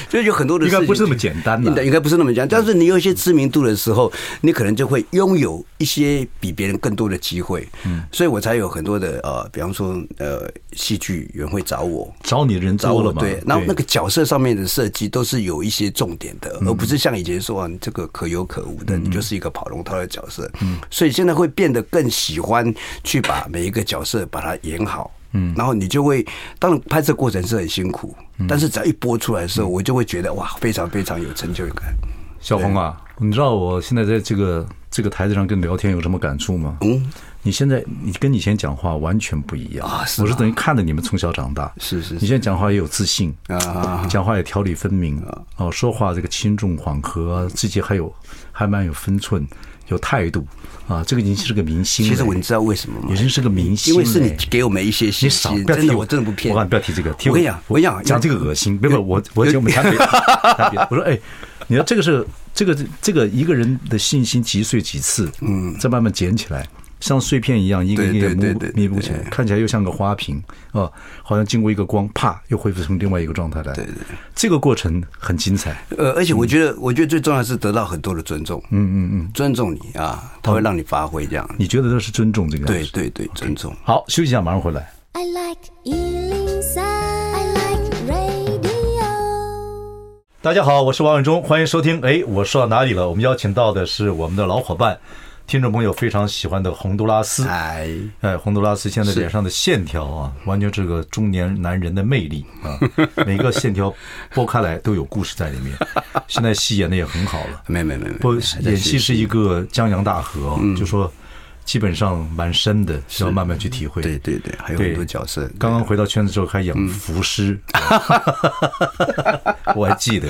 B: 就有很多的
A: 应
B: 事情
A: 该不是那么简单
B: 应该
A: 的。嗯
B: 应该不是那么讲，但是你有一些知名度的时候，你可能就会拥有一些比别人更多的机会，嗯，所以我才有很多的呃，比方说呃，戏剧人会找我，
A: 找你的人
B: 找
A: 多
B: 我
A: 了嘛？
B: 对，然后那个角色上面的设计都是有一些重点的，
A: 嗯
B: 而不是像以前说啊，你这个可有可无的，你就是一个跑龙套的角色。嗯，所以现在会变得更喜欢去把每一个角色把它演好。嗯，然后你就会，当然拍摄过程是很辛苦，
A: 嗯
B: 但是只要一播出来的时候，我就会觉得哇，非常非常有成就感。
A: 小红啊，你知道我现在在这个这个台子上跟你聊天有什么感触吗？
B: 嗯，
A: 你现在你跟以前讲话完全不一样
B: 啊是
A: 我
B: 吗
A: 是等于看着你们从小长大，
B: 是是是
A: 你现在讲话也有自信
B: 啊
A: 讲话也条理分明哦，说话这个轻重缓和，自己还有还蛮有分寸，有态度啊，这个已经是个明星了。
B: 其实我你知道为什么吗？
A: 已经是个明星
B: 因
A: 了，
B: 为是你给我们一些
A: 你
B: 信
A: 少
B: 心，
A: 不要
B: 真
A: 提
B: 的，我真的不骗
A: 我告诉
B: 你
A: 你，不要提这个。提
B: 我跟你讲我跟你讲
A: 讲这个恶心，不不，我我就没谈 别的谈别的我说哎，你看这个是这个这个一个人的信心击碎几次，嗯，再慢慢捡起来。像碎片一样，一个
B: 对
A: 一个
B: 对
A: 弥
B: 对
A: 补
B: 对
A: 弥补起来，看起来又像个花瓶啊，好像经过一个光，啪，又恢复成另外一个状态来。对对，这个过程很精彩。
B: 呃，而且
A: 嗯
B: 我觉得，我觉得最重要的是得到很多的尊重。嗯嗯嗯，尊重你啊，他会让你发挥这样。
A: 你觉得这是尊重这个？
B: 对。对对，尊重。
A: 好，休息一下，马上回来。
C: I like Ealing Sound. I like radio.
A: 大家好，我是王永忠，欢迎收听。哎，我说到哪里了？我们邀请到的是我们的老伙伴，听众朋友非常喜欢的洪都拉斯。
B: 哎，
A: 哎，洪都拉斯现在脸上的线条啊，完全是个中年男人的魅力 啊！每个线条剥开来都有故事在里面。现在戏演的也很好 了，
B: 没没没没，
A: 不
B: 还在嗯
A: 演戏
B: 学习
A: 是一个江洋大河啊，就说基本上蛮深的，需要慢慢去体会。
B: 对对对，嗯还有
A: 对
B: 很多角色。
A: 刚刚回到圈子之后，还演浮 尸， 我还记得，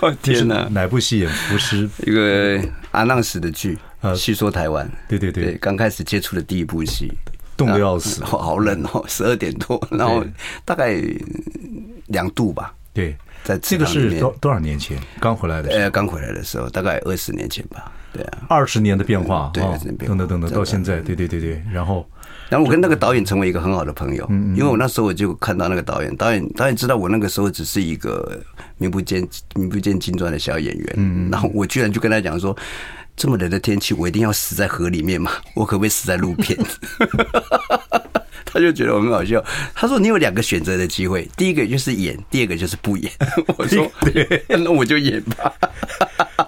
B: 刚 天哪，
A: 哪部戏演浮尸？
B: 一个阿浪史的剧
A: 呃
B: 《戏说台湾》。
A: 对对对
B: 对，刚开始接触的第一部戏，
A: 冻得要死
B: 然。后好冷哦，十二点多，然后大概嗯两度吧。
A: 对，
B: 在
A: 这
B: 池
A: 个
B: 塘里
A: 是
B: 面
A: 多多少年前刚回来的时候，
B: 呃，刚回来的时候，大概二十年前吧。对啊，
A: 二十年的变化，
B: 对
A: 啊
B: 20年变化
A: 等等等等，
B: 真的
A: 到现在，对对对对，然后
B: 然后我跟那个导演成为一个很好的朋友，因为我那时候我就看到那个导演，导演导演知道我那个时候只是一个名不见名不见经传的小演员，然后我居然就跟他讲说，这么冷的天气，我一定要死在河里面嘛， 我可不可以死在路边？ 他就觉得我很好笑，他说你有两个选择的机会，第一个就是演，第二个就是不演。 我说 那我就演吧。啊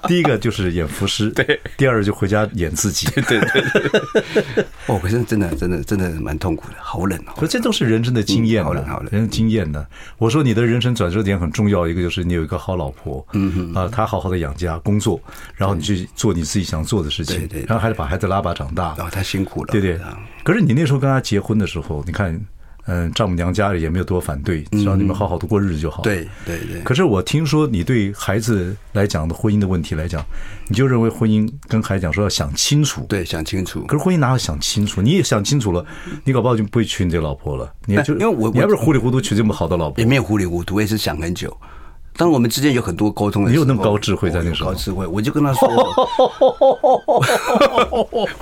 A: 第一个就是演浮尸，对，第二就回家演自己，对对对，
B: 哦，可是真的真的真的蛮痛苦的，好冷哦。
A: 可这都是人生的经验
B: 嗯好了好
A: 了
B: 了，
A: 人生经验呢。我说你的人生转折点很重要，一个就是你有一个好老婆，嗯啊，她好好的养家工作，然后你去做你自己想做的事情，
B: 对对对
A: 然后还得把孩子拉拔长大，
B: 哦哦，他辛苦了。
A: 对对
B: 啊。
A: 可是你那时候跟他结婚的时候，你看嗯，丈母娘家里也没有多反对，只要你们好好的过日子就好。
B: 嗯对对对，
A: 可是我听说你对孩子来讲的婚姻的问题来讲，你就认为婚姻跟孩子讲说要想清楚。
B: 对想清楚
A: 可。是婚姻哪有想清楚？你也想清楚了，你搞不好就不会娶你这个老婆了。你就
B: 哎因为我
A: 你要不是糊里糊涂娶这么好的老婆
B: 也，没有糊里糊涂，也是想很久。当然，我们之间有很多沟通的时
A: 你
B: 候，哦
A: 有那么高智慧在那个时候
B: 我有高智慧，我就跟他 说，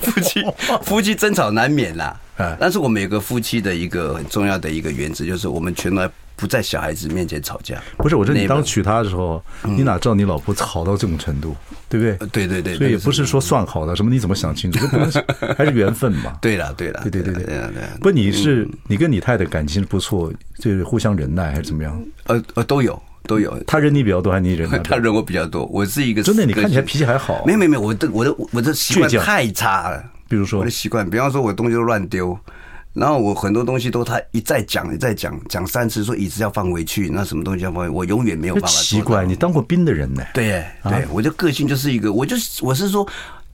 B: 夫妻夫妻争吵难免啦
A: 哎。
B: 但是我们有个夫妻的一个很重要的一个原则，就是我们从来不在小孩子面前吵架。
A: 不是我说你当
B: Neighbor
A: 娶她的时候，你哪知道你老婆好到这种程度，对不对？
B: 嗯呃对对对
A: 所以
B: 那
A: 也
B: 个是
A: 不是说算好的，什么你怎么想清楚，这不 能是还是缘分嘛。
B: 对了对了，
A: 对对对
B: 啦
A: 对
B: 啦对啦。
A: 不，你是
B: 嗯
A: 你跟你太太感情不错，就是互相忍耐还是怎么样？
B: 呃呃都有都有，
A: 她忍你比较多，还是你忍她比较
B: 他
A: 多？
B: 人我比较多，我是一个
A: 嗯真的，你看起来
B: 个性
A: 脾气还好。
B: 没有没有没有，我这我的我这习惯
A: 哦倔强
B: 太差了。
A: 比如说
B: 我的习惯，比方说我东西都乱丢，然后我很多东西都他一再讲一再讲，讲三次说椅子要放回去，那什么东西要放回去，我永远没有
A: 这
B: 办法做
A: 奇
B: 到
A: 怪，你当过兵的人呢？
B: 对耶对，
A: 啊
B: 我的个性就是一个，我就是我是说，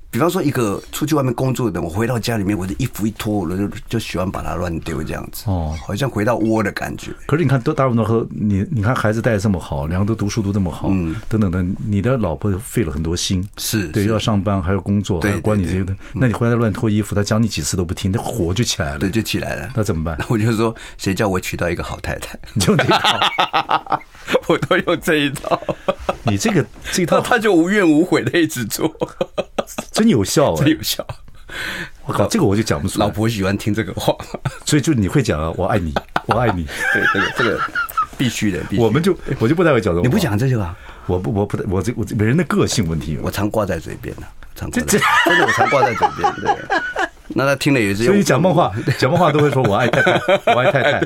B: 比方说一个出去外面工作的，我回到家里面，我的衣服一脱，我就就喜欢把它乱丢这样子，
A: 哦
B: 好像回到窝的感觉。
A: 可是你看，都大部分都和你，你看孩子带的这么好，两个都读书读这么好，等等的，你的老婆费了很多心，
B: 嗯是
A: 对，
B: 是
A: 又要上班，还要工作，还
B: 对
A: 要管你这些
B: 对嗯
A: 的。那你回来乱脱衣服，她讲你几次都不听，那火就起来了
B: 对，，就起来了。
A: 那怎么办
B: 那？ 我就说，谁叫我娶到一个好太 太，
A: 你就这套，
B: 我都用这一套，
A: 你这个这一
B: 那
A: 套
B: 他就无怨无悔的一直做，
A: 真有效 哎
B: 真！有效。
A: 我靠，这个我就讲不出来
B: 老。婆喜欢听这个话，
A: 所以就你会讲啊，我爱你，我爱你，
B: 对，这个这个必须的，必 须。
A: 我们就我就不太会讲这种话
B: 你不，讲这个啊，
A: 我不我不我这我这人的个性问题，
B: 我常挂在嘴边的、常挂在真的我常挂在嘴边。对，那他听了也是用，
A: 所以讲梦话讲梦话都会说我爱太 太，我爱太太，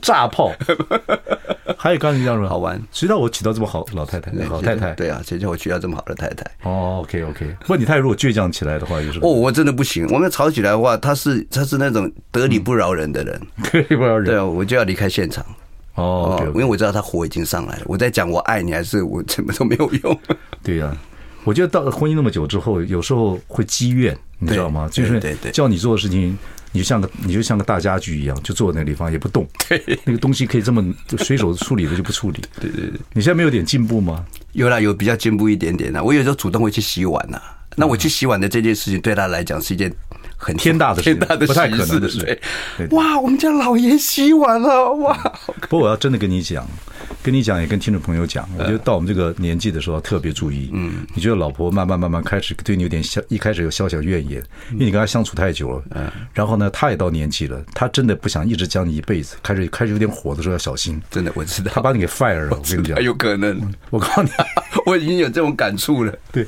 A: 炸炮。还有刚才你讲什么
B: 好玩
A: 谁让我娶到这么好老太太
B: 对，
A: 老太太？
B: 对啊，谁叫我娶到这么好的太太？
A: 哦，OK OK，不，你太太如果倔强起来的话，就是
B: 哦，我真的不行。我们吵起来的话，他是他是那种得理不饶人的人，
A: 可以 不要
B: 对
A: 忍
B: 啊，我就要离开现场。
A: 哦
B: 因为我知道他火已经上来了，我在讲我爱你，还是我怎么都没有用。
A: 对呀、我觉得到了婚姻那么久之后，有时候会积怨，你知道吗？就
B: 对
A: 是
B: 对对
A: 叫你做的事情，你就像个你就像个大家具一样，就坐在那个地方也不动。对，那个东西可以这么就随手处理的就不处理。 对对对，你现在没有点进步吗？
B: 有啦，有比较进步一点点啦。我有时候主动会去洗碗呐、那我去洗碗的这件事情，对他来讲是一件很
A: 天大的事
B: 天大的
A: 不太可能的
B: 喜
A: 事
B: 事
A: 对
B: 对，哇，我们家老爷洗碗了，哇！
A: 不过我要真的跟你讲，跟你讲也跟听众朋友讲，我觉得到我们这个年纪的时候要特别注意。呃嗯，你觉得老婆慢慢慢慢开始对你有点小，一开始有小小怨言，因为你跟她相处太久了。嗯，然后呢，她也到年纪了，她真的不想一直讲你一辈子，开始开始有点火的时候要小心。
B: 真的，我知
A: 她
B: 道，
A: 把你给 fire 了，我跟你讲
B: 还，有可能，
A: 我告诉你，
B: 我已经有这种感触了。
A: 对，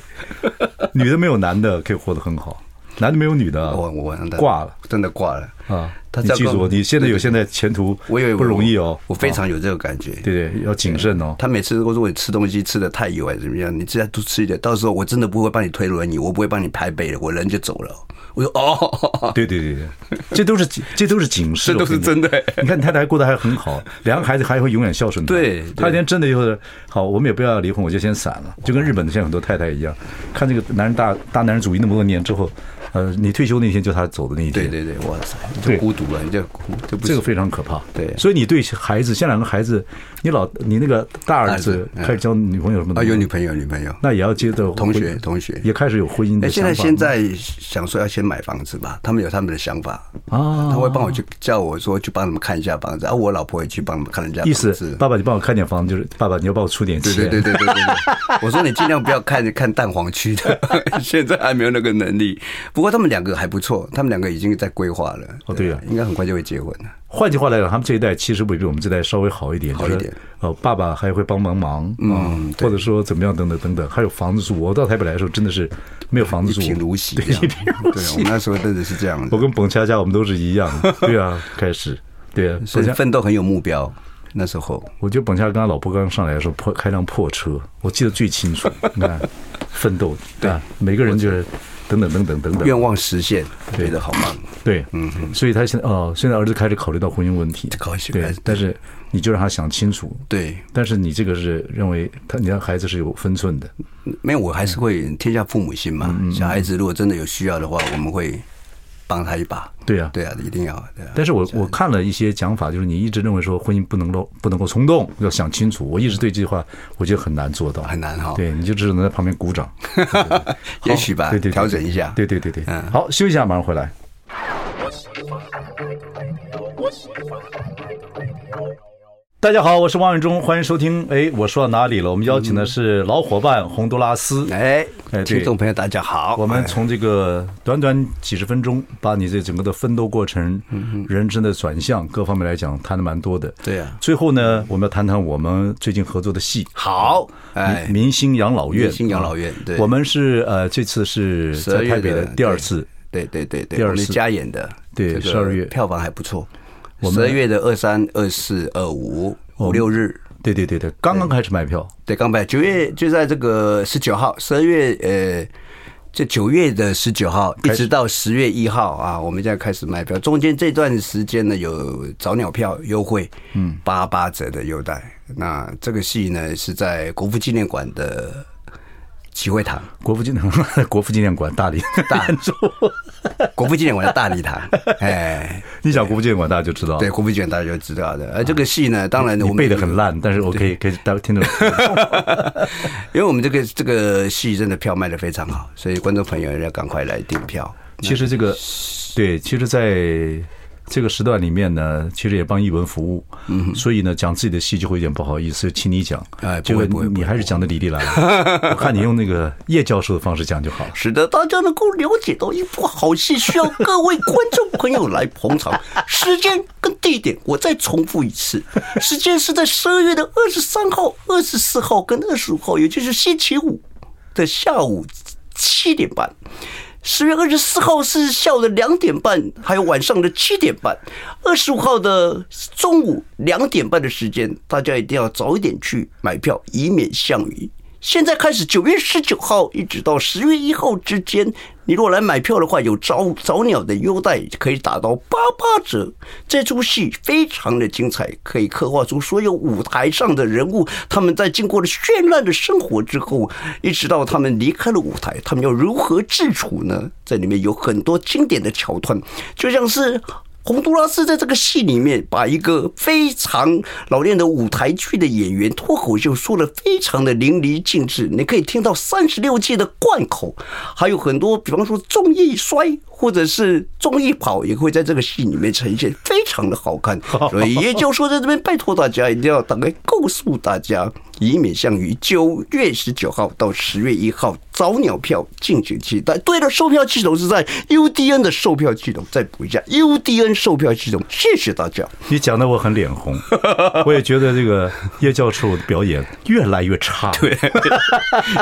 A: 女的没有男的可以活得很好，男的没有女的啊
B: 我我真的
A: 挂了，
B: 真的挂了
A: 啊！
B: 他
A: 你
B: 在
A: 记住，
B: 跟
A: 你现在有现在前途，
B: 我以为我
A: 不容易哦，
B: 我非
A: 啊
B: 常有这个感觉。
A: 对对，要谨慎哦。
B: 他每次都说你吃东西吃的太油还是怎么样，你这样多吃一点，到时候我真的不会帮你推轮椅，我不会帮你拍背的，我人就走了。我说哦，
A: 对对对对，这都是这都是警示，
B: 这都是
A: 我跟你讲
B: 真的哎
A: 你看你太太过得还很好，两个孩子还会永远孝顺她。
B: 对对
A: 她有一天真的就是好，我们也不要离婚，我就先散了，就跟日本的现在很多太太一样，看这个男人大大男人主义那么多年之后，呃，你退休那天就他走的那一天
B: 对，对对，哇塞，
A: 对
B: 就孤独了，你就孤就不
A: 这个
B: 行。
A: 非常可怕。
B: 对
A: 所以你对孩子，现在两个孩子，你老你那个大儿子
B: 大儿子嗯
A: 开始交女朋友什么的，
B: 啊，有女朋友，有女朋友。
A: 那也要接着
B: 同学同学
A: 也开始有婚姻
B: 哎，
A: 的想法
B: 现在
A: 吗。
B: 现在想说要先买房子吧，他们有他们的想法
A: 啊
B: 他会帮我去叫我说去帮他们看一下房子，啊，我老婆也去帮他们看人家
A: 意
B: 房
A: 思
B: 子，。
A: 爸爸，你帮我看点房，就是爸爸，你要帮我出点
B: 对
A: 钱。
B: 对对对对对对， 我说你尽量不要看看蛋黄区的， 现在还没有那个能力。不过他们两个还不错，他们两个已经在规划了。
A: 哦对啊
B: 应该很快就会结婚了。
A: 换句话来讲，他们这一代其实会比我们这代稍微好一点，
B: 好一点
A: 就是。呃，爸爸还会帮忙忙，嗯，或者说怎么样，等等等等，还有房子住。我到台北来的时候，真的是没有房子
B: 一
A: 住，
B: 贫如 洗，
A: 对，
B: 这样
A: 一贫如
B: 对，我
A: 洗
B: 们。那时候真的是这样
A: 我
B: 的，
A: 跟彭恰恰我们都是一样，对啊，开始，对啊，
B: 所
A: 彭
B: 以
A: 恰，
B: 奋斗很有目标。那时候，
A: 我觉得彭恰跟他老婆刚上来的时候破开辆破车，我记得最清 楚。你看，奋斗，对，每个人就是等等等等等等，
B: 愿望实现，觉得好棒。
A: 对，嗯，所以他现在哦，现在儿子开始考虑到婚姻问题，
B: 考虑哎
A: 对
B: 开始，
A: 但是你就让他想清楚，
B: 对，
A: 但是你这个是认为他你让孩子是有分寸的，
B: 嗯
A: 嗯
B: 没有，我还是会天下父母心嘛。小孩子如果真的有需要的话，我们会帮他一把。
A: 对呀
B: 对啊，一定要。对啊
A: 但是我我看了一些讲法，就是你一直认为说婚姻不能够不能够冲动，要想清楚。我一直对这句话，我觉得很难做到，
B: 很难哈
A: 对，你就只能在旁边鼓掌，
B: 也许吧
A: 对对，对
B: 调整一下。嗯
A: 对对对对，好，休息一下，马上回来。大家好，我是王永忠，欢迎收听。哎，我说到哪里了？我们邀请的是老伙伴洪都拉斯。
B: 哎
A: 哎对，
B: 听众朋友大家好，
A: 我们
B: 哎
A: 从这个短短几十分钟，把你这整个的奋斗过程、人生的转向各方面来讲，谈的蛮多的。
B: 嗯对啊
A: 最后呢，我们要谈谈我们最近合作的戏。
B: 好
A: 哎
B: 哎，
A: 明星养老院，啊
B: 明星养老院对
A: 我们是呃，这次是
B: 十二
A: 在
B: 月
A: 台北的第二次，
B: 对对对对，
A: 第二
B: 我们
A: 次
B: 加演的，
A: 对
B: 这个
A: 12月
B: 票房还不错，
A: 我
B: 十
A: 们
B: 二月的二三、二四、二五、五六日，
A: 对对对对，刚刚开始买票，
B: 对，刚拍九月就在这个十九号，十二月呃，这九月的十九号一直到十月一号啊，我们现在开始卖票，中间这段时间呢有早鸟票优惠，嗯，八八折的优待。那这个戏呢是在国父纪念馆的集会堂，
A: 国父纪念国父纪念馆 大理
B: 大
A: 演出，
B: 国父纪念馆的大 礼堂，哎，
A: 你想国父纪念馆，大家就知道，
B: 对，国父纪念大家就知道的。而这个戏呢，当然我
A: 你
B: 们
A: 背的很烂，但是我可以可以大家听着，
B: 因为我们这个这个戏真的票卖的非常好，所以观众朋友要赶快来订票。
A: 其实这个，对，其实在这个时段里面呢，其实也帮译文服务，嗯，所以呢，讲自己的戏就会有点不好意思，请你讲，
B: 哎
A: 结
B: 不
A: 果
B: 会不会不
A: 你
B: 会
A: 还是讲的李丽来 了，我看你用那个叶教授的方式讲就好了。
B: 使得大家能够了解到一部好戏，需要各位观众朋友来捧场。 时间跟地点，我再重复一次，时间是在十二月的二十三号、二十四号跟二十五号，也就是星期五的下午七点半。十月二十四号是下午的两点半，还有晚上的七点半，二十五号的中午两点半的时间，大家一定要早一点去买票，以免项羽。现在开始，九月十九号一直到十月一号之间，你如果来买票的话，有早早鸟的优待，可以打到八八折。这出戏非常的精彩，可以刻画出所有舞台上的人物，他们在经过了绚烂的生活之后，一直到他们离开了舞台，他们要如何自处呢？在里面有很多经典的桥段，就像是。洪都拉斯在这个戏里面，把一个非常老练的舞台剧的演员脱口秀说的非常的淋漓尽致，你可以听到三十六计的贯口，还有很多，比方说综艺摔或者是综艺跑，也会在这个戏里面呈现，非常的好看。所以也就是说，在这边拜托大家一定要大概告诉大家，以免项羽九月十九号到十月一号早鸟票敬请期待。对了，售票系统是在 UDN 的售票系统，再补一下 UDN 售票系统。谢谢大 家。
A: 你讲的我很脸红，我也觉得这个叶教授的表演越来越差。对，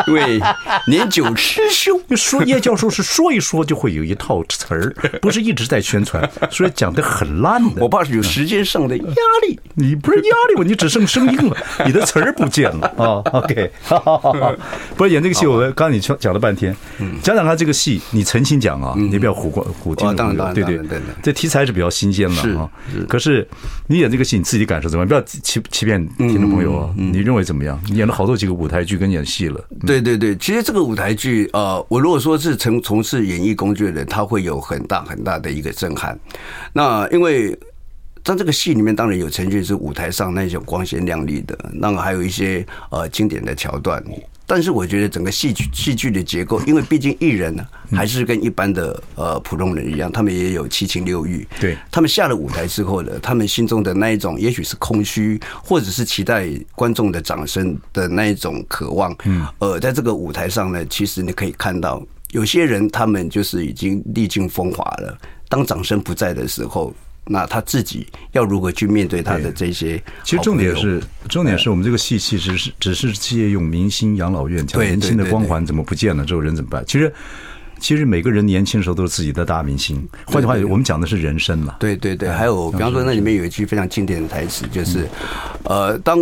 B: 因为年久失 修，
A: 说叶教授是说一说就会有一套词儿，不是一直在宣传，所以讲的很烂的。
B: 我怕是有时间上的压力。
A: 你不是压力我，你只剩声 音了，你的词儿不见了
B: 哦
A: 啊。OK，好好好好 不是演这个戏，我刚刚你讲了半天，讲讲他这个戏，你诚心讲啊，你不要唬过唬听众
B: 嗯哦当然
A: 朋友
B: 当然
A: 对对
B: 当然当然
A: 这题材是比较新鲜的啊。可是你演这个戏，你自己感受怎么样？不要欺欺骗听众朋友啊，
B: 嗯
A: 你认为怎么样？你演了好多几个舞台剧跟演戏了，
B: 对对对，其实这个舞台剧，呃，我如果说是从从事演艺工具的人，他会有很大很大的一个震撼。那因为在这个戏里面，当然有呈现是舞台上那种光鲜亮丽的，那么还有一些呃经典的桥段。但是我觉得整个戏剧戏剧的结构，因为毕竟艺人呢、啊还是跟一般的呃普通人一样，他们也有七情六欲。
A: 对
B: 他们下了舞台之后呢，他们心中的那一种，也许是空虚，或者是期待观众的掌声的那一种渴望。嗯，呃，在这个舞台上呢，其实你可以看到，有些人他们就是已经历尽风华了。当掌声不在的时候，那他自己要如何去面对他的这些好朋友？哎
A: 其实重点是，重点是我们这个戏其实是只是借用明星养老院，讲
B: 对
A: 年轻的
B: 对对
A: 光环怎么不见了，之后人怎么办？其实，其实每个人年轻的时候都是自己的大明星。换句话，我们讲的是人生了。
B: 对对对，还有比方说那里面有一句非常经典的台词，就是，呃，当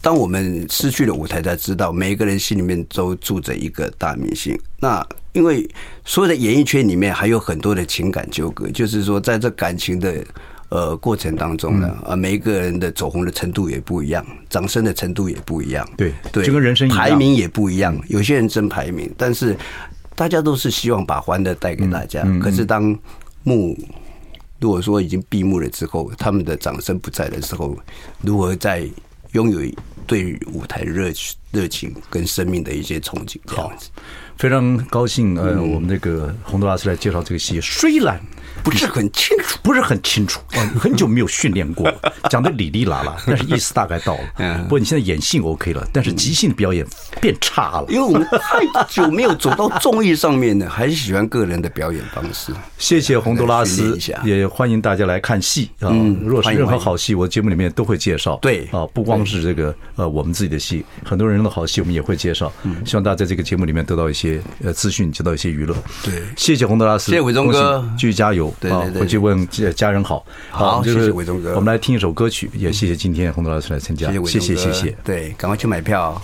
B: 当我们失去了舞台，才知道每一个人心里面都住着一个大明星。那因为所有的演艺圈里面还有很多的情感纠葛，就是说在这感情的。呃，过程当中
A: 嗯
B: 呢，啊，每一个人的走红的程度也不一样，掌声的程度也不一样，
A: 对
B: 对，
A: 就跟人生一样
B: 排名也不一样。有嗯些人争排名，但是大家都是希望把欢乐带给大家。可是当幕如果说已经闭幕了之后，他们的掌声不在的时候，如何在拥有对于舞台热情、热情跟生命的一些憧憬？这样子，
A: 非常高兴，呃，
B: 嗯
A: 我们这个洪都拉斯来介绍这个戏，虽然
B: 不是很清楚。
A: 不是很清楚，呃很久没有训练过，讲的哩哩啦啦，但是意思大概到
B: 嗯
A: 了。不过你现在演性 OK 了，但是即兴表演变差了。
B: 因为我们太久没有走到综艺上面了，还是喜欢个人的表演方式。
A: 谢谢洪都拉斯
B: 来训练一下，嗯
A: 也欢迎大家来看戏啊！如果是
B: 欢迎
A: 任何
B: 欢迎
A: 好戏，我节目里面都会介绍。
B: 对
A: 啊，不光是这个呃我们自己的戏，很多人的好戏我们也会介绍。
B: 嗯
A: 希望大家在这个节目里面得到一些呃资讯，得到一些娱乐。
B: 对
A: 谢谢洪都拉斯，
B: 谢谢伟忠哥
A: 恭喜继续加油
B: 对
A: 啊
B: 对！对
A: 回去问家家人好。
B: 好
A: 我们就
B: 谢谢
A: 是
B: 伟忠哥
A: 我们来听一首歌曲，也谢谢今天洪都拉斯来参加
B: 谢谢，伟
A: 谢
B: 忠
A: 谢
B: 哥
A: 谢谢。
B: 对，赶快去买票哦。